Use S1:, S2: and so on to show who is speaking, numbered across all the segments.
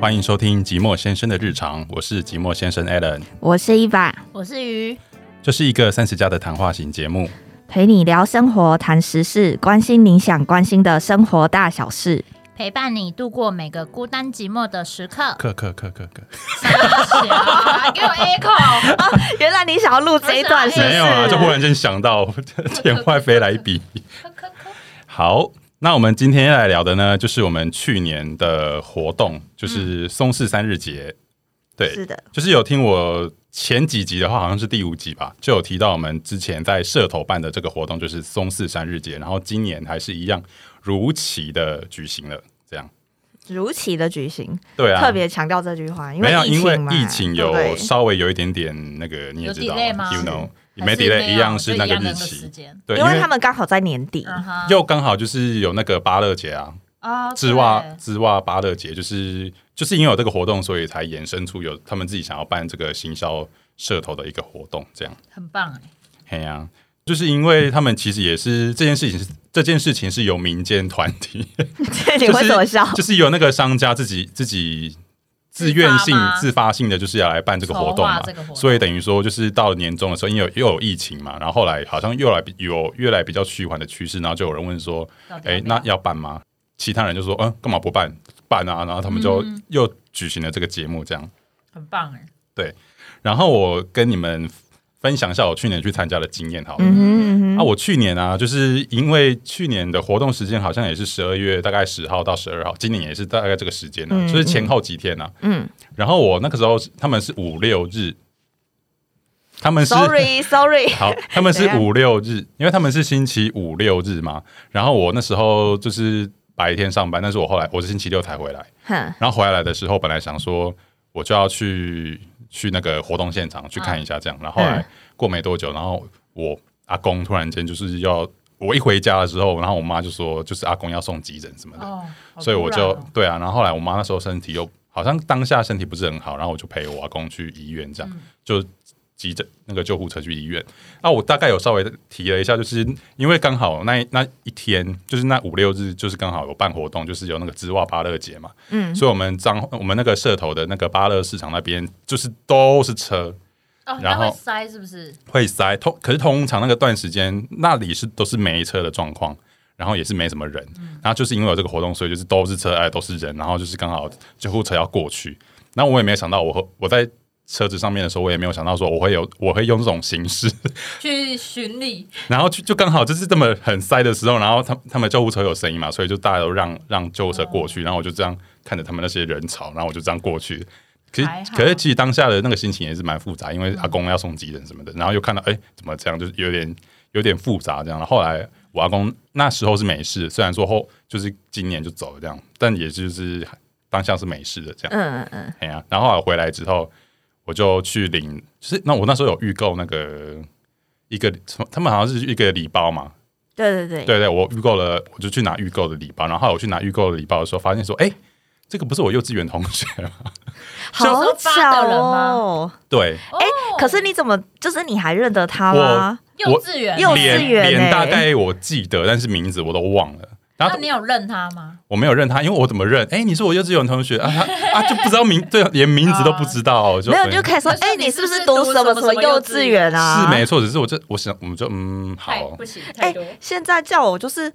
S1: 欢迎收听寂寞先生的日常，我是寂寞先生 Allen，
S2: 我是伊爸，
S3: 我是鱼，
S1: 这是一个三十加的谈话型节目。
S2: 陪你聊生活、谈时事，关心你想关心的生活大小 事。
S3: 陪伴你度过每个孤单寂寞的时 刻。
S1: 克克克克克，
S3: 三小啊给我 echo，
S2: 原来你想要录这一段是不是？
S1: 没有啊，就忽然间想到 天外飞来一笔。好，那我们今天要来聊的呢，就是我们去年的活动，就是松氏三日节。对，
S2: 是的，
S1: 就是有听我前几集的话，好像是第五集吧，就有提到我们之前在社头办的这个活动，就是松氏三日节，然后今年还是一样如期的举行了。这样，
S2: 如期的举行，
S1: 对啊，
S2: 特别强调这句话，因
S1: 没有，
S2: 疫
S1: 因为
S2: 嘛
S1: 疫情
S2: 对不对
S1: 有稍微有一点点那个，你也
S3: 有
S1: 知道
S3: delay 吗
S1: ，you
S3: 是
S1: know，
S3: 还
S1: 没
S3: 是
S1: delay 一样是
S3: 就
S1: 那
S3: 一
S1: 个
S3: 样
S1: 日
S3: 时
S1: 期，
S3: 间。
S1: 对，
S2: 因
S1: 因
S2: 为他们刚好在年底，
S3: 嗯哼
S1: 又刚好就是有那个芭乐节啊，
S3: 哦
S1: 织袜
S3: 对
S1: 织袜芭乐节，就是就是因为有这个活动，所以才衍生出有他们自己想要办这个行销社头的一个活动，这样。
S3: 很棒哎，
S1: 嘿呀、就是因为他们其实也是这件事情是这件事情是由民间团体，
S2: 你为什么笑？
S1: 就是由那个商家自己自己自愿性
S3: 自发吗
S1: 自发性的就是要来办这个活动嘛
S3: 筹划这个活，动
S1: 所以等于说就是到年终的时候，因为有又有疫情嘛，然后后来好像又来比有越来比较趋缓的趋势，然后就有人问说，
S3: 到底
S1: 哎、
S3: 要不要
S1: 那要办吗？其他人就说，嗯，干嘛不办？办啊！然后他们就
S3: 嗯
S1: 又举行了这个节目，这样。
S3: 很棒哎，
S1: 然后我跟你们分享一下我去年去参加的经验好了。
S2: 嗯哼嗯
S1: 啊，
S2: 哼，
S1: 我去年啊，就是因为去年的活动时间好像也是十二月大概十号到十二号，今年也是大概这个时间呢、啊，
S2: 嗯
S1: 就是前后几天呢、啊。
S2: 嗯
S1: 然后我那个时候他们是五六日，他们是
S2: ，sorry sorry，
S1: 好，他们是
S2: 怎样
S1: 五六日，因为他们是星期五六日嘛。然后我那时候就是白天上班，但是我后来我是星期六才回来。
S2: 哼，
S1: 然后回来的时候，本来想说我就要去去那个活动现场去看一下这样，然后后来过没多久，然后我阿公突然间就是要我一回家的时候，然后我妈就说就是阿公要送急诊什么的，
S3: 哦，好
S1: 所以我
S3: 突然
S1: 就
S3: 哦
S1: 对啊，然后后来我妈那时候身体又好像当下身体不是很好，然后我就陪我阿公去医院，这样、
S3: 嗯
S1: 就急着那个救护车去医院。啊，我大概有稍微提了一下，就是因为刚好那一那一天就是那五六日，就是刚好有办活动，就是有那个织袜芭乐节嘛，
S2: 嗯
S1: 所以我们彰我们那个社头的那个芭乐市场那边就是都是车
S3: 哦，
S1: 然
S3: 它
S1: 后
S3: 会塞是不是？
S1: 会塞，通可是通常那个段时间那里是都是没车的状况。然后也是没什么人，然后就是因为有这个活动，所以就是都是车，哎，都是人，然后就是刚好救护车要过去，然后我也没有想到我，和我在车子上面的时候，我也没有想到说我会有我会用这种形式，
S3: 去巡礼，
S1: 然后就就刚好就是这么很塞的时候，然后他他们救护车有声音嘛，所以就大家都让让救护车过去，然后我就这样看着他们那些人潮，然后我就这样过去。可是
S3: 还好
S1: 可是其实当下的那个心情也是蛮复杂，因为阿公要送急诊什么的，然后又看到哎、怎么这样，就是有点有点复杂这样。然后后来我阿公那时候是没事，虽然说后就是今年就走了这样，但也就是当下是没事的这样。
S2: 嗯嗯嗯，
S1: 哎呀、然后后来回来之后，我就去领，就是那我那时候有预购那个一个，他们好像是一个礼包嘛，
S2: 对对对，
S1: 对对，我预购了，我就去拿预购的礼包，然后后来我去拿预购的礼包的时候，发现说，哎，这个不是我幼稚园同学吗？
S2: 好
S3: 手发
S2: 巧
S3: 的人吗
S2: 哦。
S1: 对，
S3: 哎
S2: 可是你怎么就是你还认得他
S1: 我
S2: 吗？
S3: 幼稚园
S2: 幼
S3: 啊，
S2: 稚
S1: 脸
S2: 园
S1: 脸
S2: 欸
S1: 大概我记得，但是名字我都忘了。然
S3: 那
S1: 后
S3: 你有认他吗？
S1: 我没有认他，因为我怎么认？哎，你是我幼稚园同学啊啊啊，就不知道名，对，连名字都不知道，就
S2: 没有，
S1: 对
S2: 就可以说，
S3: 我说
S2: 哎，
S3: 你
S2: 你
S3: 是
S2: 是不
S3: 不
S2: 是
S3: 是
S2: 读
S3: 读
S2: 什么
S3: 什么
S2: 什
S3: 什
S2: 么
S3: 么
S2: 幼
S3: 幼
S2: 稚
S3: 稚
S2: 园啊？
S1: 是没错，只是我这我想，我们就嗯，
S3: 太
S1: 好
S3: 不，行，
S2: 哎
S3: 太多。
S2: 现在叫我就是，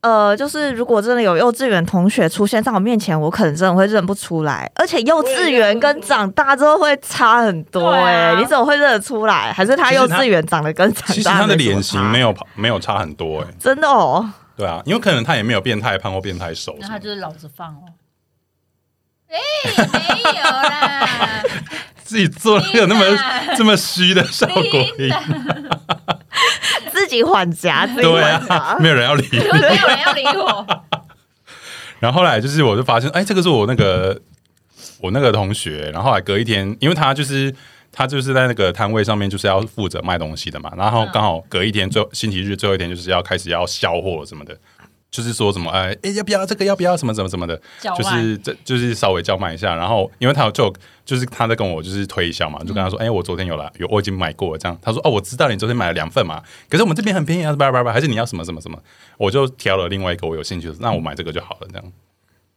S2: 呃，就是如果真的有幼稚园同学出现在我面前，我可能真的会认不出来。而且幼稚园跟长大之后会差很多
S3: 对
S2: 哎、
S3: 啊
S2: 你怎么会认得出来？还是他
S1: 其
S2: 幼
S1: 实他
S2: 稚园长得跟长大
S1: 其实他的脸型没
S2: 有
S1: 有跑没有差很多哎、
S2: 真的哦，
S1: 对啊，因为可能他也没有变太胖或变太瘦
S3: 那
S1: 什
S3: 他
S1: 么
S3: 就
S1: 的，
S3: 是老子放哦。哎，没有 啦，
S1: 自己做了有那
S3: 你
S1: 么
S3: 呢
S1: 这么虚的效果 音，
S2: 自己缓夹，自己
S1: 对
S2: 缓夹。
S1: 啊，没有人要理。
S3: 没有人要理我。
S1: 然后后来就是我就发现，哎，这个是我那个我那个同学，然后后来隔一天，因为他就是。他就是在那个摊位上面，就是要负责卖东西的嘛。然后刚好隔一天，最后星期日最后一天，就是要开始要销货什么的，就是说什么哎哎要不要这个要不要什么什么什么的，
S3: 叫
S1: 就
S3: 外
S1: 是这就是稍微叫卖一下，然后因为他有就就是他在跟我就是推销嘛，就跟他
S3: 嗯
S1: 说，哎、我昨天有来，有我已经买过了这样。他说，哦，我知道你昨天买了两份嘛，可是我们这边很便宜啊，叭叭叭，还是你要什么什么什么，我就挑了另外一个我有兴趣的，那我买这个就好了这样。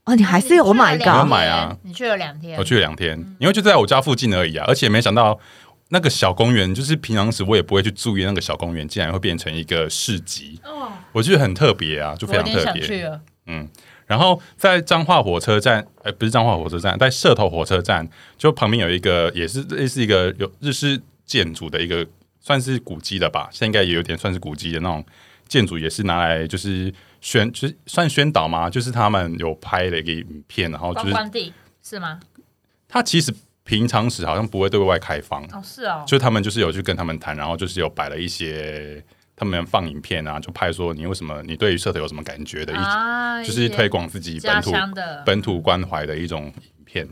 S2: 哦，你还是有 Oh my
S3: 你去了
S2: god！
S3: 两
S1: 我买啊
S3: 天你去了两天，嗯
S1: 我去了两天，因为就在我家附近而已啊，而且没想到那个小公园，就是平常时我也不会去注意那个小公园，竟然会变成一个市集，
S3: 哦，
S1: 我觉得很特别啊，就
S3: 我
S1: 非
S3: 有
S1: 常
S3: 点
S1: 特
S3: 想
S1: 别。
S3: 去了。
S1: 嗯，然后在彰化火车站，呃，不是彰化火车站，在社头火车站，就旁边有一个也是类似一个有日式建筑的一个，算是古迹的吧，现在应该也有点算是古迹的那种建筑，也是拿来就是宣，就是算宣导嘛，就是他们有拍了一个影片，然后就
S3: 观
S1: 是
S3: 光地是吗？
S1: 它其实平常时好像不会对外开放，
S3: 哦，是哦，
S1: 就他们就是有去跟他们谈，然后就是有摆了一些。他们放影片啊，就拍说你为什么你对于社头有什么感觉的一
S3: 啊，
S1: 就是
S3: 一些
S1: 推广自己本
S3: 家
S1: 土
S3: 乡的
S1: 本土关怀的一种影片。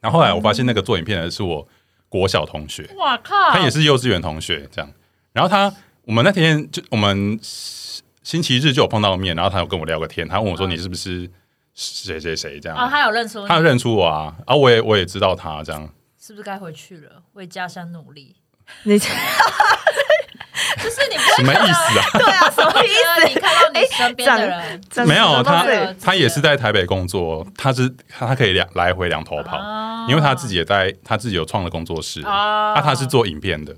S1: 然后后来我发现那个做影片的是我国小同学，
S3: 哇靠，
S1: 他也是幼稚园同学这样。然后他我们那天就我们星星期日就有碰到面，然后他有跟我聊个天，他问我说
S3: 嗯
S1: 你是不是谁谁谁这样，啊
S3: 哦，他有认出你
S1: 他，认出我啊，啊我也我也知道他这样。
S3: 是不是该回去了？为家乡 努力，
S2: 你
S3: 就是你不
S1: 什么意思 啊？
S2: 对啊，什么意思？
S3: 会
S2: 哎
S3: 你看到你身边的人
S2: 真是
S1: 没有
S2: 什么
S1: 他
S2: 鬼
S3: 对
S1: 他也是在台北工作，他是他可以两来回两头
S2: 啊
S1: 跑，
S3: 哦
S1: 因为他自己也在他自己有创了工作室，啊
S3: 啊
S1: 他是做影片的，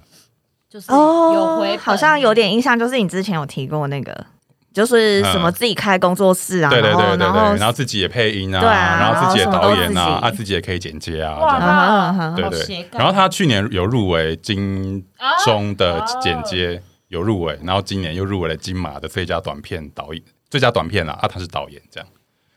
S3: 就是有
S2: 哦
S3: 回，
S2: 好像有点印象，就是你之前有提过那个，就是什么自己开工作室啊，
S1: 嗯对对
S2: 然后
S1: 对对对，
S2: 然后
S1: 然后自己也配音啊，
S2: 对啊
S1: 然后自己也导演
S2: 然后什么
S1: 啊，啊
S2: 都自己
S1: 自己也可以剪接啊，
S3: 哇
S1: 这样
S2: 嗯嗯嗯
S1: 对
S3: 好
S1: 对
S3: 斜。杠
S1: 然后他去年有入围金
S3: 啊
S1: 钟的
S3: 哦
S1: 剪接，有入围，然后今年又入围了金马的最佳短片导演，最佳短片啊，啊他是导演这样。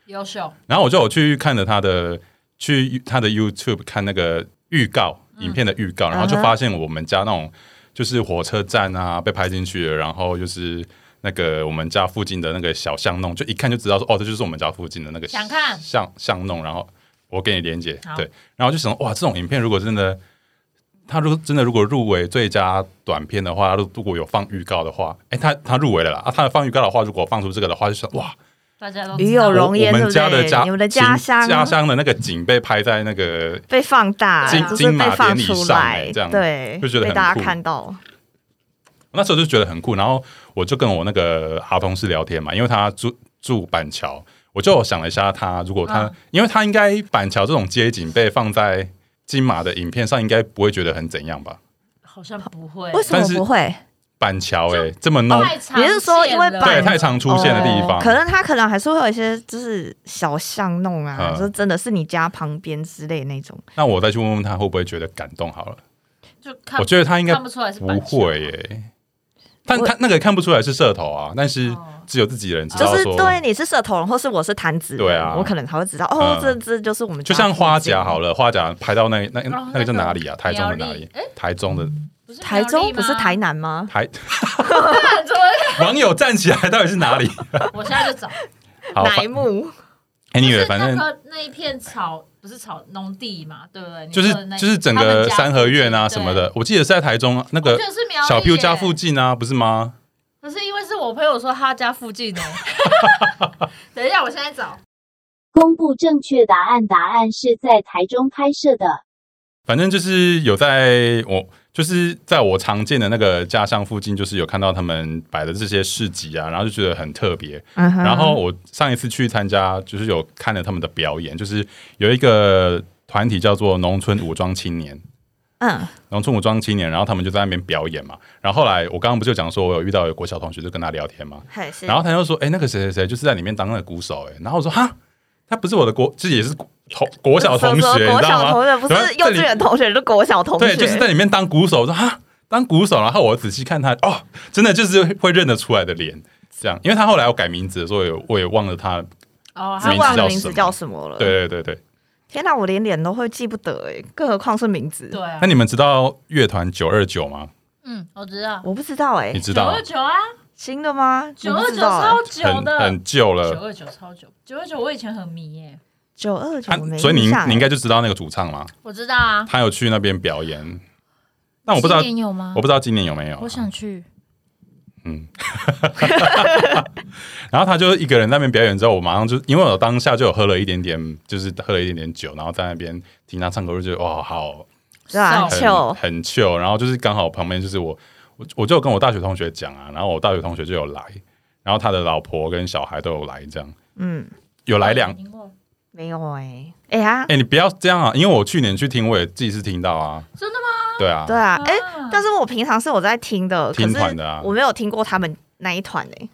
S3: 优秀，
S1: 然后我就有去看了他的去他的 YouTube 看那个预告影片的预告，然后就发现我们家那种就是火车站啊被拍进去了，然后就是。那个我们家附近的那个小巷弄，就一看就知道说，哦，这就是我们家附近的那个
S3: 想看
S1: 巷巷弄。然后我给你连接
S3: 好，
S1: 对，然后就想，哇，这种影片如果真的，他如果真的如果入围最佳短片的话，如如果有放预告的话，哎，他他入围了啦，啊，他放预告的话，如果放出这个的话，就说哇，
S3: 大家都
S2: 与
S3: 知
S2: 有
S3: 道
S2: 荣容颜
S1: 我我
S2: 对
S1: 们
S2: 不
S1: 家的
S2: 对
S1: 家，
S2: 你们的家
S1: 景
S2: 乡
S1: 家乡的那个景被拍在那个，
S2: 被放大，
S1: 金
S2: 就是
S1: 金马
S2: 被放
S1: 典礼
S2: 出
S1: 上
S2: 来
S1: 欸，这样
S2: 对，
S1: 就觉得
S2: 被
S1: 很
S2: 大家
S1: 酷
S2: 看到，
S1: 那时候就觉得很酷。然后我就跟我那个好同事聊天嘛，因为他住住板桥，我就想了一下他，如果他，
S3: 嗯
S1: 因为他应该板桥这种街景被放在金马的影片上，应该不会觉得很怎样吧？
S3: 好像不会，
S2: 为什么
S1: 但是
S2: 不会？
S1: 板桥哎、这么弄，
S3: 太常
S2: 你是说因为
S3: 见了
S1: 对，
S2: 板
S1: 太常出现的地方，
S2: 哦可能他可能还是会有一些就是小巷弄啊，
S1: 嗯
S2: 就真的是你家旁边之类那种。
S1: 那我再去问问他会不会觉得感动好了。
S3: 就看
S1: 我觉得他应该
S3: 看不出来是
S1: 不
S3: 板桥
S1: 会耶、但他那个看不出来是社头啊，但是
S3: 哦
S1: 只有自己人知道
S2: 就
S1: 啊说，
S2: 是对你是社头人，或是我是坛子人，
S1: 对啊
S2: 我可能才会知道哦
S1: 嗯，
S2: 这这就是我们
S1: 就
S2: 家
S1: 像花甲
S2: 附
S1: 好了，花甲拍到那那
S3: 哦
S1: 那个叫哪里啊？台中的哪
S3: 苗栗
S1: 里？
S3: 哎，
S1: 台中的
S3: 不是
S2: 近，台
S3: 苗
S2: 中
S3: 栗
S2: 不
S3: 吗
S2: 是台南吗？
S1: 台
S3: 干怎么？
S1: 网友站起来，到底是哪 里？
S3: 我现在就找。
S1: 好
S2: 哪
S1: 反
S2: 一幕？
S1: ，anyway，
S3: 是
S1: 反
S3: 那
S1: 正
S3: 个那一片草不是草农地嘛，对不对？你
S1: 就
S3: 说的
S1: 是
S3: 那
S1: 就是整
S3: 他
S1: 个
S3: 们家
S1: 三合院啊
S3: 附近
S1: 什么的，我记得是在台中啊那
S3: 对
S1: 个
S3: 我觉得是苗栗
S1: 小 Q
S3: 耶
S1: 家附近啊，不是吗？
S3: 可是因为是我朋友说他家附近哦。 等一下，我现在找。
S4: 公布正确答案，答案是在台中拍摄的。
S1: 反正就是有在我就是在我常见的那个家乡附近，就是有看到他们摆的这些市集啊，然后就觉得很特别。
S2: 嗯哼
S1: 然后我上一次去参加，就是有看了他们的表演，就是有一个团体叫做农村武装青年，
S2: 嗯，
S1: 农村武装青年，然后他们就在那边表演嘛。然后后来我刚刚不就讲说，我有遇到有国小同学，就跟他聊天嘛。
S2: 还是
S1: 然后他就说：“哎、那个谁谁谁就是在里面当那个鼓手。”哎，然后我说：“哈，他不是我的国，这也是国同国小同学，
S2: 说
S1: 你
S2: 说
S1: 知
S2: 国小
S1: 道
S2: 同
S1: 吗？
S2: 学不
S1: 然后
S2: 是幼
S1: 这里
S2: 稚园同学，是国小同学，
S1: 对，就是在里面当鼓手。”我说：“哈，当鼓手。”然后我仔细看他，哦，真的就是会认得出来的脸。这样，因为他后来我改名字的时候，也我也忘了他。
S3: 哦，
S2: 他
S3: 他
S1: 名字
S2: 忘了
S1: 叫
S2: 名
S1: 什
S2: 字
S1: 么
S2: 叫什么了。，
S1: 对对对对。
S2: 天哪，我连脸都会记不得哎，更何况是名字？
S3: 对啊
S1: 那，你们知道乐团九二九吗？
S3: 嗯，我知道。
S2: 我不知道哎
S1: 你，知
S3: 九
S1: 道
S3: 二
S1: 啊？
S3: 九啊，
S2: 新的吗？
S3: 九
S2: 我
S3: 二
S2: 不
S3: 九
S2: 知道哎
S3: 超久
S1: 很呃
S3: 的，
S1: 很旧
S3: 九
S1: 了。
S3: 二九超久，九二九我以前很迷耶，
S2: 九二九
S1: 他，
S2: 我没
S1: 啊所以你
S2: 印象
S1: 你应
S2: 哎
S1: 该就知道那个主唱嘛，
S3: 我知道啊。
S1: 他有去那边表演，但我不知道，
S3: 今年有吗
S1: 我？不知道今年有没有啊。
S3: 我想去，
S1: 嗯，然后他就一个人在那边表演之后，我马上就因为我当下就有喝了一点点，就是喝了一点点酒，然后在那边听他唱歌，就觉得哇，好
S2: 对啊
S1: 很
S2: chill
S3: 瘦
S1: 很 chill。然后就是刚好旁边就是我，我我就有跟我大学同学讲啊，然后我大学同学就有来，然后他的老婆跟小孩都有来，这样
S2: 嗯，
S1: 有来两
S3: 赢过
S2: 没有哎、哎呀，
S1: 哎，你不要这样啊！因为我去年去听，我也自己是听到啊。
S3: 真的吗？
S1: 对啊，
S2: 对啊，哎、
S3: 啊
S2: 但是我平常是我在听的，
S1: 听
S2: 可
S1: 团
S2: 是
S1: 的啊
S2: 我没有听过他们那一团哎、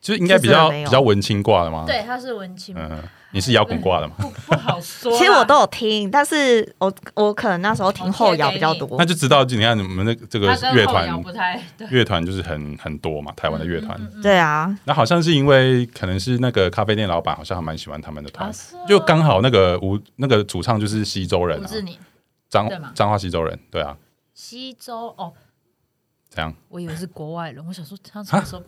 S1: 就是应该比较
S2: 是真的没有
S1: 比较文青挂的嘛。，
S3: 对，他是文青，
S1: 嗯，你是摇滚挂的嘛？
S3: 不不好说啦。
S2: 其实我都有听，但是我我可能那时候听后摇比较多
S1: 那。就知道，你看你们的这个
S3: 他跟
S1: 乐
S3: 后摇
S1: 团
S3: 不，太对，
S1: 乐团就是很很多嘛，台湾的乐团。
S3: 嗯嗯嗯嗯
S2: 对啊，
S1: 那好像是因为可能是那个咖啡店老板好像还蛮喜欢他们的团
S3: 啊，是哦
S1: 就刚好那个吴那个主唱就是西周人
S3: 不
S1: 啊，
S3: 是你对吗
S1: 彰彰化西周人，对啊，
S3: 西周哦，
S1: 这样
S3: 我以为是国外人，我想说他什么时候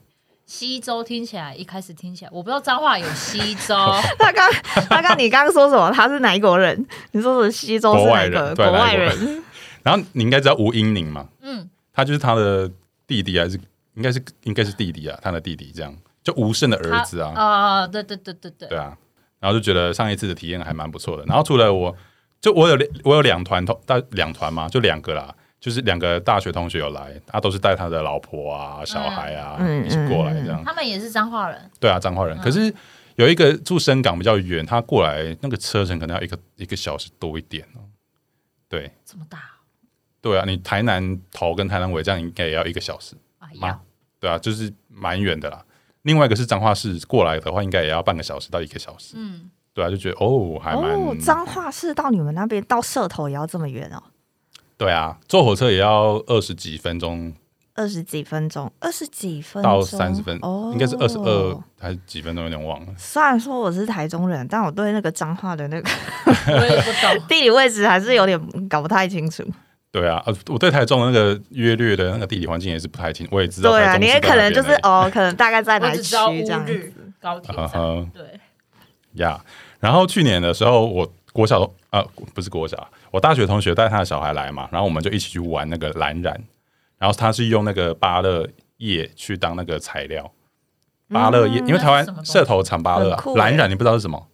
S3: 西周听起来一开始听起来，我不知道彰化有西 周，
S2: 他刚他刚你刚刚说什么？他是哪一国人？你说是西周是
S1: 国
S2: 哪
S1: 外
S2: 一
S1: 人，
S2: 个
S1: 对，
S2: 国
S1: 哪
S2: 外
S1: 一国
S2: 人？
S1: 人。然后你应该知道吴英宁嘛，
S3: 嗯，
S1: 他就是他的弟弟还是应该是应该是弟弟啊，他的弟弟这样，就吴胜的儿子啊，
S3: 啊、对对对对对，
S1: 对啊，然后就觉得上一次的体验还蛮不错的。然后除了我，就我有我有两团同大两团嘛，就两个啦，就是两个大学同学有来，他都是带他的老婆啊、小孩啊、
S2: 嗯
S1: 一起过来这样。
S3: 他们也是彰化人，
S1: 对啊，彰化人。可是有一个住深港比较远，他过来那个车程可能要一个一个小时多一点哦。对
S3: 这么大哦
S1: 对啊，你台南头跟台南尾这样应该也要一个小时，
S3: 哎
S1: 吗
S3: 呀，？
S1: 对啊，就是蛮远的啦。另外一个是彰化市过来的话，应该也要半个小时到一个小时。
S3: 嗯，
S1: 对啊，就觉得哦，还蛮、
S2: 哦，彰化市到你们那边到社头也要这么远哦，
S1: 对啊，坐火车也要二十几分钟
S2: 二十几分钟，二十几分钟
S1: 到三十分，
S2: 哦，
S1: 应该是二十二。还是几分钟，有点忘了。
S2: 虽然说我是台中人，但我对那个彰化的那个。
S3: 我也不懂
S2: 地理位置还是有点搞不太清楚。
S1: 对啊，呃，我对台中的那个约略的那个地理环境也是不太清，我也知道
S2: 对
S1: 台
S2: 啊，
S1: 中
S2: 你
S1: 是
S2: 也
S1: 在
S2: 可
S1: 哪
S2: 能
S1: 边
S2: 就是
S1: 而已
S2: 哦，可能大概在
S3: 我
S2: 哪一
S3: 只
S2: 区
S3: 知道
S2: 这
S3: 乌
S2: 样
S3: 日
S2: 子。
S3: 高铁
S1: 啊
S3: 站
S1: 哈，
S3: 对，
S1: 呀。然后去年的时候，我国小呃不是国小，我大学同学带他的小孩来嘛，然后我们就一起去玩那个蓝染，然后他是用那个芭乐叶去当那个材料，芭乐叶，因为台
S3: 嗯那是什么
S1: 湾
S3: 东西
S1: 社头产芭乐啊
S2: 很酷，欸
S1: 蓝染你不知道是什么？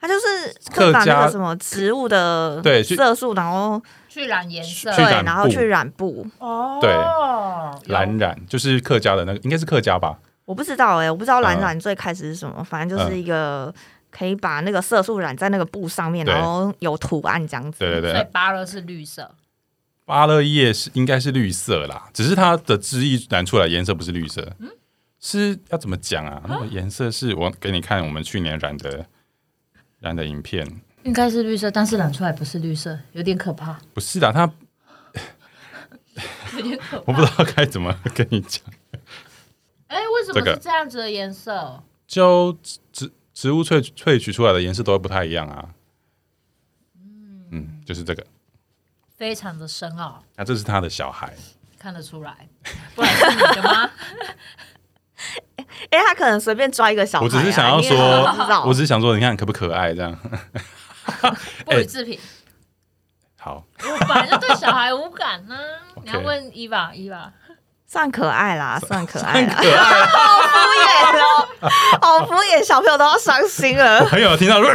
S2: 它就是
S1: 客
S2: 会把那
S1: 家
S2: 个什么植物的
S1: 对去
S2: 色素，然后
S3: 去染颜色
S1: 去
S2: 对，
S1: 染
S2: 然后
S1: 布
S2: 去染布。
S3: 哦，
S1: 对
S3: 有
S1: 蓝染就是客家的那个，应该是客家吧？
S2: 我不知道哎、我不知道蓝
S1: 嗯
S2: 染最开始是什么，反正
S1: 嗯
S2: 就是一个可以把那个色素染在那个布上面，
S1: 对
S2: 然后有图案这样子。
S1: 对对对，
S3: 所以芭乐是绿色，
S1: 芭乐叶是应该是绿色啦，只是它的汁液染出来的颜色不是绿色，
S3: 嗯
S1: 是要怎么讲啊？那个颜色是我给你看我们去年染的染的影片，
S3: 应该是绿色，但是染出来不是绿色，有点可怕，
S1: 不是的，它
S3: 有点可怕。
S1: 我不知
S2: 啊
S1: 道该怎么跟你讲，
S3: 哎、为什
S1: 这
S3: 么
S1: 个
S3: 是这样子的颜色？
S1: 就植植物萃萃取出来的颜色都会不太一样啊。嗯，就是这个。
S3: 非常的深奥，
S1: 那、这是他的小孩，
S3: 看得出来，不然是你的 吗？
S2: 哎、他可能随便抓一个小孩啊、
S1: 我只是想要
S2: 你也不知道
S1: 说，我只是想说，你看可不可爱这样？
S3: 不予置评。
S1: 好，
S3: 我本来就对小孩无感呢、你要
S1: OK
S3: 问伊娃，伊 娃，
S2: 算可爱啦，算可爱
S1: 很
S2: 啦，
S1: 可爱。
S2: 好敷衍哦，好敷衍，小朋友都要伤心 了。
S1: 朋友听到
S2: 想说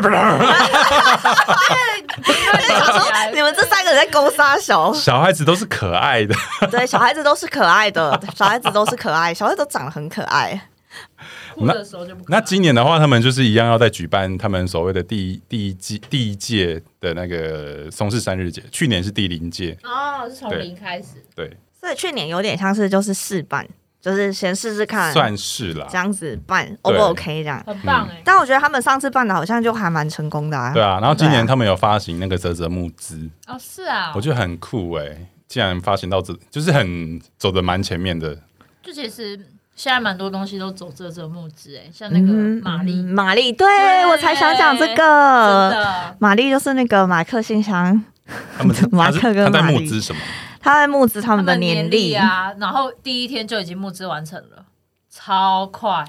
S2: 你们这三个人在勾搭小，
S1: 小孩子都是可爱的。
S2: 对，小孩子都是可爱的，小孩子都是可爱，小孩子都长得很可爱。
S3: 哭的时候就不可
S1: 那
S3: 爱
S1: 今年的话，他们就是一样要再举办他们所谓的第一第一季第一届的那个松氏三日节，去年是第零届，
S3: 哦，是从零开始，
S1: 对，
S2: 所以去年有点像是就是试办，就是先试试看，
S1: 算是啦
S2: 这，样子办 O 不 OK 这样。
S3: 很棒哎、
S2: 但我觉得他们上次办的好像就还蛮成功的啊。
S1: 对啊。然后今
S2: 对
S1: 年
S2: 啊
S1: 他们有发行那个泽泽募资，
S3: 哦，是啊，
S1: 嗯我觉得很酷哎、竟然发行到这，就是很走的蛮前面的，
S3: 就其实现在蛮多东西都走这这木质哎，像那个
S2: 嗯哼
S3: 玛丽，
S2: 嗯
S3: 真
S2: 玛丽，对
S3: 对
S2: 我才想讲这个。
S3: 的
S2: 玛丽就是那个马克信箱，
S1: 他们
S2: 马
S1: 他是
S2: 克
S1: 他
S2: 跟
S1: 在
S2: 玛
S1: 募
S2: 丽，
S1: 资什么？
S2: 他在募资他
S3: 他
S2: 们的
S3: 们年
S2: 历
S3: 历。啊，然后第一天就已经募资完成了，超快，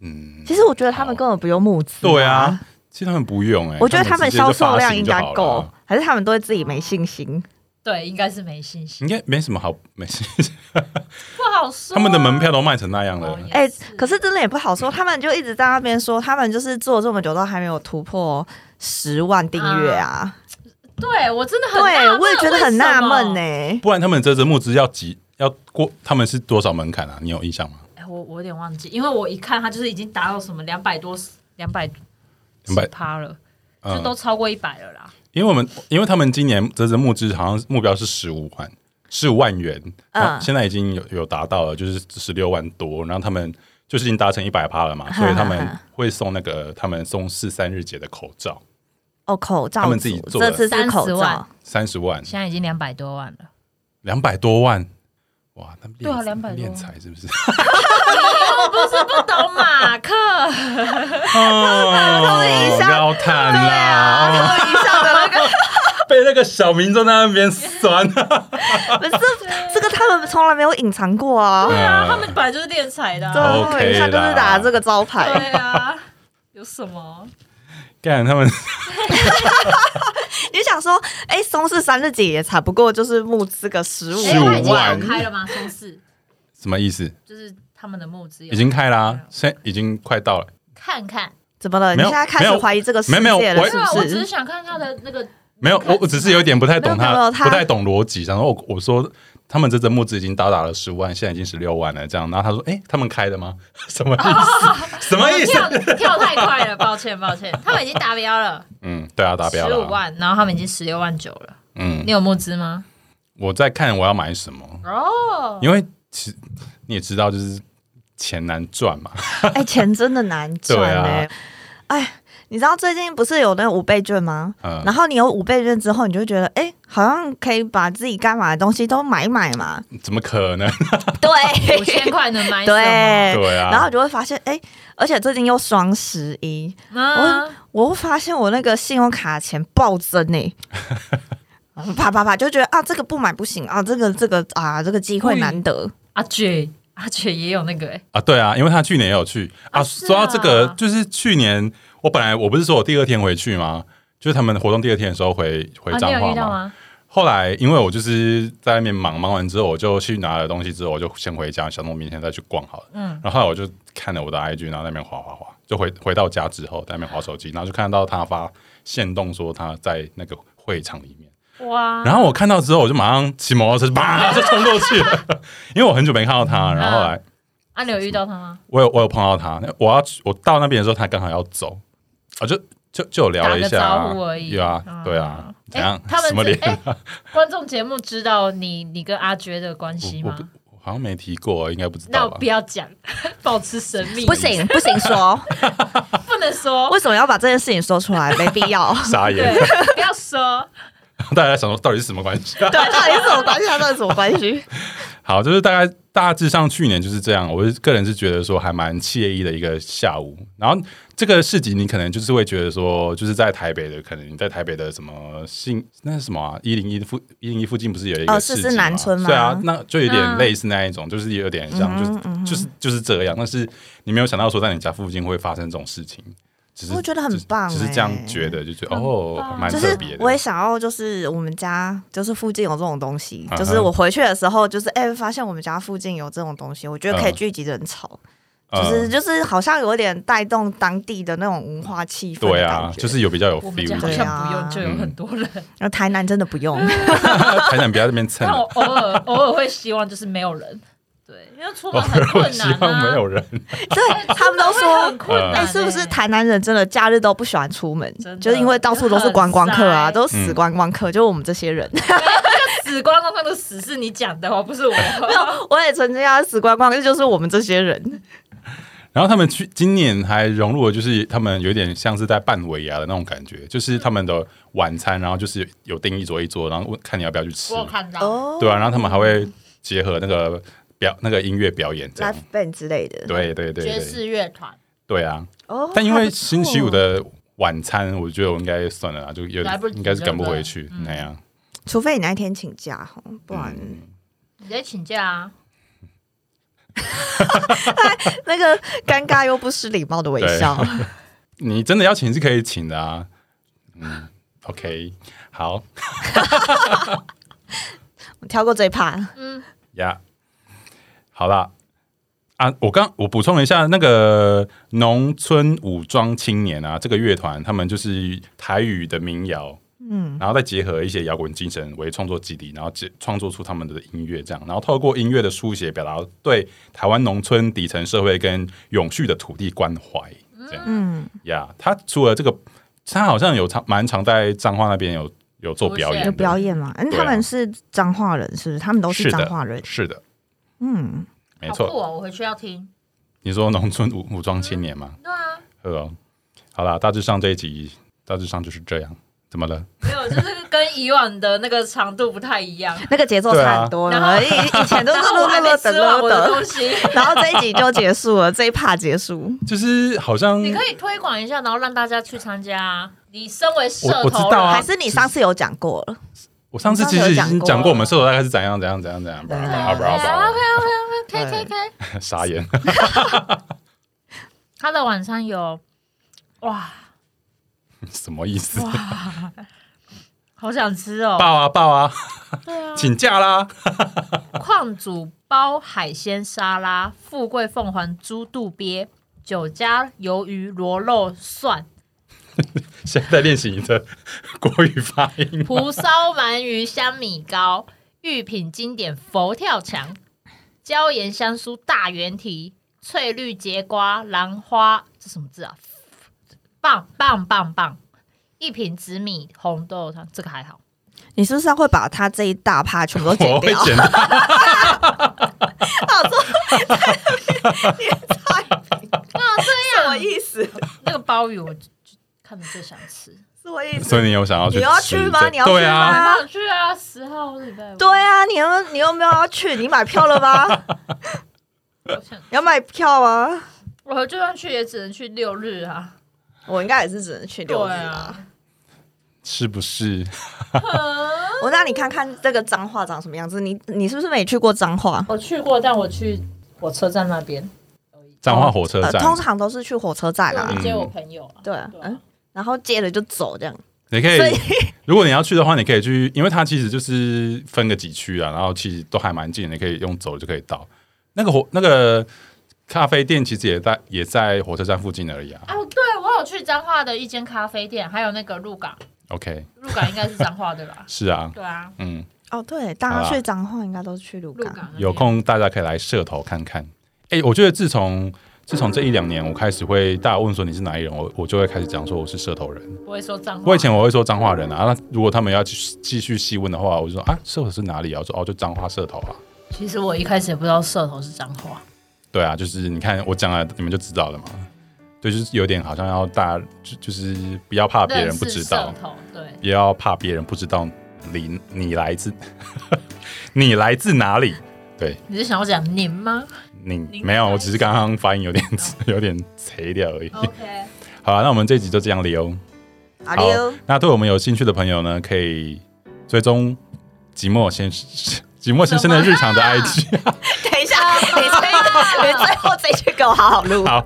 S1: 嗯，
S2: 其实我觉得他们根本不用募资。
S1: 对啊，，其实他们不用哎、
S2: 我觉得他们
S1: 直接就
S2: 销售
S1: 发
S2: 量
S1: 行
S2: 应
S1: 就
S2: 该
S1: 好了
S2: 够
S1: 啊，，
S2: 还是他们对自己没信心？
S3: 对，应该是没信心，
S1: 应该没什么好 没事，
S2: 啊
S3: 不好说啊、
S1: 他们的门票都卖成那样了。
S3: 哦也
S2: 哎、
S3: 是
S2: 可是真的也不好说，他们就一直在那边说，他们就是做这么久都还没有突破十万订阅啊。
S3: 对我
S1: 啊
S3: 真的很纳
S2: 对，
S3: 闷
S2: 我也觉得很纳闷。
S3: 为什么
S2: 呢。
S1: 不然他们这支募资要几要过，他们是多少门槛啊？你有印象吗？
S3: 哎，我我有点忘记，因为我一看他就是已经达到什么两百多两百
S1: 200
S3: 趴了，
S1: 嗯
S3: 这都超过一百了啦。
S1: 因为我们因为他们今年这次募资好像目标是十五万十五万元，
S2: 嗯
S1: 啊，现在已经有有达到了，就是十六万多，然后他们就是已经达成一百趴了
S3: 嗯
S1: 嘛，
S2: 哈
S1: 所以他
S2: 哈
S1: 们
S2: 哈
S1: 会送那个他们送四三日节的口罩
S2: 哦，口罩组，
S1: 他们自己做
S2: 这
S1: 的
S2: 次是口
S3: 30
S2: 罩
S3: 万，
S1: 三十万
S3: 现在已经两百多万了，
S1: 两百多万，哇，那
S3: 对啊
S1: 敛
S3: 200多
S1: 敛财 是不是？
S3: 我哦不是不懂马 克，
S1: 哦，不要谈
S3: 啊
S1: 啦，
S2: 以上的那个
S1: 哦 被那个小民众在那边酸，
S2: 不是这个，他们从来没有隐藏 过啊。
S3: 对
S1: 嗯
S3: 啊，他们本来就是练财的
S2: 对
S3: 啊、
S2: 啊，
S1: OK
S2: 他们一下就是打这个招牌，
S3: 对啊，有什么？
S1: 干他们
S2: 你想说，哎，松氏三日节也才不过就是募资个十五
S1: 15
S3: 哎，
S1: 15
S3: 他已经
S1: 万
S3: 有开了吗？松四
S1: 什么意思？
S3: 就是他们的募资有
S1: 已经开啦、现在已经快到了。
S3: 看看，
S2: 怎么了？你
S1: 没有
S2: 现在开
S1: 没
S2: 始
S1: 有
S2: 怀疑这个世
S1: 没有没
S2: 界
S1: 有
S2: 了，
S1: 我
S3: 对
S2: 是
S3: 啊，
S2: 不
S3: 我只是
S2: 是？
S3: 想看他的那个
S1: 没有，我我只是有点不太懂
S2: 没有没
S1: 他，
S2: 有他
S1: 不太懂逻辑。然后我我说他们这阵募资已经到达了十五万，现在已经十六万了，这样。然后他说：“哎、他们开的吗？ 什么意思？什么意思
S3: 跳跳太快了，抱歉抱歉，他们已经达标了，？”
S1: 嗯，对啊，达标
S3: 十
S1: 了。
S3: 五万，然后他们已经十六万九了，
S1: 嗯
S3: 你，有募资吗？
S1: 我在看我要买什么，
S3: 哦，
S1: 因为其实你也知道，就是钱难赚嘛。
S2: 哎，钱真的难赚
S1: 对啊
S2: 哎。哎，你知道最近不是有那个五倍券吗？
S1: 嗯
S2: 然，后你有五倍券之后，你就觉得，哎，好像可以把自己该买的东西都买一买嘛。
S1: 怎么可能？
S3: 五
S2: 对，
S3: 千块能买什么？
S2: 对，
S1: 对 啊，
S2: 然后你就会发现，哎、而且最近又双十一，
S3: 嗯，
S2: 我会发现我那个信用卡钱暴增呢、 啪啪啪，就觉得啊，这个不买不行啊，这个这个啊，这个机会难得。
S3: 阿卷阿卷也有那个哎，
S1: 啊，对啊，因为他去年也有去啊。
S3: 啊是
S1: 说到这个，
S3: 啊
S1: 就是去年我本来我不是说我第二天回去吗？就是他们活动第二天的时候回回
S3: 啊，你
S1: 彰
S3: 有
S1: 化
S3: 遇到
S1: 嘛。
S3: 吗？
S1: 后来因为我就是在外面忙，忙完之后我就去拿了东西，之后我就先回家，想说明天再去逛好了。
S3: 嗯，
S1: 然后后来我就看了我的 IG，然后在那边滑滑滑，就回回到家之后在那边滑手机，然后就看到他发现动说他在那个会场里面。
S3: 哇，
S1: 然后我看到之后，我就马上骑摩托车，叭就冲过去 了，因为我很久没看到
S3: 嗯
S1: 他。然后后来
S3: 啊，你有遇到他吗？
S1: 我有我有碰到他，我要去我到那边的时候，他刚好要走，啊，就就就有聊了一下、
S3: 打
S1: 啊，
S3: 个招呼而已
S1: 有啊，
S3: 嗯
S1: 对啊，怎
S3: 哎
S1: 样？
S3: 他们
S1: 什么
S3: 是
S1: 脸？
S3: 哎观众节目知道你你跟阿娟的关系
S1: 我
S3: 吗
S1: 不？我好像没提过，应该不知
S3: 那
S1: 道啊
S3: 我
S1: 吧
S3: 不？要讲， 保持神秘，
S2: 不，行不行说，
S3: 不能说，
S2: 为什么要把这件事情说出 来？没必要。
S1: 傻眼
S3: 对，，不要说。
S1: 大家想说到底是什么关系？
S2: 对，到底是什么关系？到底是什么关系？
S1: 好，就是大概大致上去年就是这样，我是个人是觉得说还蛮惬意的一个下午。然后这个市集你可能就是会觉得说，就是在台北的，可能你在台北的什么信那是什么啊？一零一附一零一附近不是有一
S2: 哦
S1: 个
S2: 是
S1: 市集
S2: 是南村吗
S1: 对啊，那就有点
S3: 嗯
S1: 类似那一种，就是有点像，
S2: 嗯哼
S1: 就是就是就是这样。但是你没有想到说在你家附近会发生这种事情，只是
S2: 我觉得很棒
S1: 只是
S2: 欸
S1: 这样觉得，就觉得
S3: 很
S1: 哦，
S3: 棒
S1: 蛮
S2: 就
S1: 特
S2: 是
S1: 别的。
S2: 我也想要，就是我们家就是附近有这种东西
S1: 嗯哼，
S2: 就是我回去的时候，就是哎、发现我们家附近有这种东西，我觉得可以
S1: 嗯
S2: 聚集人潮。
S1: 嗯
S2: 就是就是好像有点带动当地的那种文化气氛的
S1: 对
S2: 感
S1: 啊，
S2: 觉啊
S1: 就是有比较有
S3: 我们家
S1: feel
S3: 好
S1: 一点。
S3: 像不用就有很多人，
S1: 嗯
S2: 然后台南真的不 用，
S1: 台南不要在那边蹭
S3: 但我
S1: 了，
S3: 偶尔偶尔会希望就是没有人，对，因为出
S1: 偶
S3: 门很
S1: 尔我
S3: 困
S1: 希
S3: 难
S1: 望
S3: 啊，
S1: 没有嗯人。
S2: 对他们都
S3: 会
S2: 说
S3: 很。困难、
S2: 哎、
S3: 欸
S2: 是不是台南人真的假日都不喜欢出门
S3: 真，的
S2: 就是因为到处都是观光客啊，
S3: 很塞
S2: 都是死观光
S1: 嗯
S2: 客，就我们这些 人。
S3: 欸死光光光都死是你讲的哦，不是我。
S2: 我也曾经要死观光客，就是我们这些人。
S1: 然后他们去今年还融入了，就是他们有点像是在办尾牙的那种感觉，就是他们的晚餐，然后就是有订一桌一桌，然后问看你要不要去吃
S3: 我，有看到，
S2: 哦
S1: 对啊，然后他们还会结合那个表那个音乐表演这样
S2: Live，band 之类的。
S1: 对对对
S3: 爵
S1: 对，
S3: 士乐团
S1: 对啊。
S2: 哦，
S1: 但因
S2: 还
S1: 为
S2: 不错
S1: 星期五，的晚餐，我觉得我应该算了啦，就有
S3: 来不
S1: 点
S3: 及
S1: 应该是赶不
S3: 了
S1: 回去那样。
S2: 除非你那一天请假，吼嗯不然、
S1: 嗯
S3: 你在请假啊？
S2: 那个尴尬又不失礼貌的微笑。
S1: 你真的要请是可以请的啊。嗯，OK，好
S2: 跳过这一趴，
S3: 嗯，
S1: 呀好啦。啊，我刚我补充了一下，那个农村武装青年啊，这个乐团他们就是台语的民谣，
S2: 嗯，
S1: 然后再结合一些摇滚精神为创作基底，然后结创作出他们的音乐，这样，然后透过音乐的书写，表达对台湾农村底层社会跟永续的土地关怀，这样。
S2: 嗯，
S1: 呀他除了这个他好像有常蛮常在彰化那边有有做表演
S3: 有
S1: 的，
S2: 有表演嘛？嗯，
S1: 对啊
S2: 他们是彰化人，是不是？他们都
S1: 是
S2: 彰
S1: 的
S2: 化人，。
S1: 是的，
S2: 嗯，
S1: 没
S3: 好酷
S1: 错。
S3: 哦，我回去要听。
S1: 你说农村武武装青年吗？
S3: 对啊，
S1: 对哦，好啦，大致上这一集大致上就是这样。怎么了？
S3: 没有，就是跟以往的那个长度不太一样。
S2: 那个节奏
S1: 对啊
S2: 差很多
S3: 然后
S2: 了，以以前都是
S3: 然后
S2: 噜
S3: 我还
S2: 噜
S3: 没
S2: 噜
S3: 吃
S2: 等
S3: 完
S2: 噜
S3: 我的
S2: 的
S3: 东，西，
S2: 然后这一集就结束了，这一趴结束。
S1: 就是好像
S3: 你可以推广一下，然后让大家去参加啊。你身为社
S1: 我我
S3: 头
S1: 知道啊
S2: 还是你上次有讲过了，
S1: 我上次其实已经讲过，我们射手大概是怎样怎样怎样怎样，
S2: 对
S1: 好不好？哎
S3: OK OK OK
S2: 对
S3: K K K。
S1: 傻眼，
S3: 他的晚餐有，哇
S1: 什么意思？
S3: 哇，好想吃哦。
S1: 爆啊爆啊，
S3: 对啊，
S1: 请假啦！
S3: 矿主包海鲜沙拉、富贵凤凰猪肚鳖、酒家鱿鱼螺肉蒜、
S1: 现在练习你的国语发音。
S3: 蒲烧鳗鱼香米糕、玉品经典佛跳墙、椒盐香酥大圆蹄、翠绿节瓜、兰花，这什么字啊？棒棒棒棒！一品紫米红豆汤，这个还好。
S2: 你是不是会把他这一大趴全部都
S1: 我
S2: 剪
S1: 会
S2: 掉？
S1: 剪到，
S2: 什么意思？
S3: 那个鲍鱼我就就看着最想吃，
S2: 什么意思？
S1: 所以你有想要去吃
S2: 你
S1: 这？
S2: 要去吗你要去吗
S1: 对啊，
S3: 好想去啊！十号礼拜五，
S2: 对啊，你有你有没有要去？你买票了吗？
S3: 我想
S2: 你要买票啊！
S3: 我就算去也只能去六日啊。
S2: 我应该也是只能去六日
S3: 对
S2: 啊。
S3: 啊，
S1: 是不是？
S2: 我让你看看这个彰化长什么样子。你你是不是没去过彰化？
S3: 我去过，但我去火车站那边，
S1: 彰化火车
S2: 呃，
S1: 站，
S2: 通常都是去火车站啊
S3: 我。
S1: 嗯
S3: 接我朋友啊。
S2: 对啊，嗯，然后接了就走这样。
S1: 你可以
S2: 所以，
S1: 如果你要去的话，你可以去，因为它其实就是分个几区啊，然后其实都还蛮近，你可以用走就可以到。那个火那个咖啡店其实也在也在火车站附近而已啊。
S3: 哦，对，我有去彰化的一间咖啡店，还有那个鹿港，
S1: OK，
S3: 鹿港应该是彰化的吧？
S1: 是啊，
S3: 对啊，
S1: 嗯，
S2: 哦，对，大
S1: 好
S2: 家
S1: 啦
S2: 去彰化应该都是去鹿
S3: 鹿
S2: 港。
S3: 港那边
S1: 有空大家可以来社头看看。哎、我觉得自从自从这一两年，我开始会大家问说你是哪里人，我我就会开始讲说我是社头人。
S3: 不会说彰化。
S1: 我以前我会说彰化人啊，那如果他们要继续继续细问的话，我就说啊，社头是哪里啊？我说哦，就彰化社头啊。
S3: 其实我一开始也不知道社头是彰化，
S1: 对啊，就是你看我讲了，你们就知道了嘛。对，就是有点好像要大，就就是不要怕别人不知道
S3: 认识社，头对，
S1: 也要怕别人不知道你你来自 你来自哪里。对
S3: 你是想要讲您吗
S1: 你
S3: 您
S1: 没有，
S3: 来
S1: 我只是刚刚发音有点 有点垂掉而已。
S3: ？OK，
S1: 好啊了，那我们这集就这样溜。
S2: 阿溜，
S1: 那对我们有兴趣的朋友呢，可以追踪寂寞先寂寞先生的日常 的
S3: 什么啊
S1: IG。
S2: 等一下，你最你最后这句给我好好录。
S1: 好，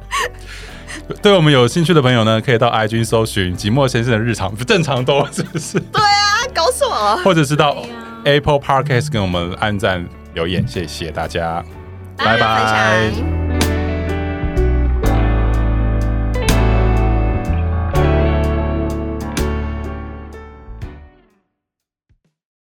S1: 对我们有兴趣的朋友呢，可以到 IG 搜寻“寂寞先生的日常”，不正常多是不是？
S2: 他 搞什么？
S1: 或者是到
S3: 对呀
S1: Apple Podcast 跟我们按赞留言，谢谢大家，拜
S2: 分
S1: 拜
S2: 享。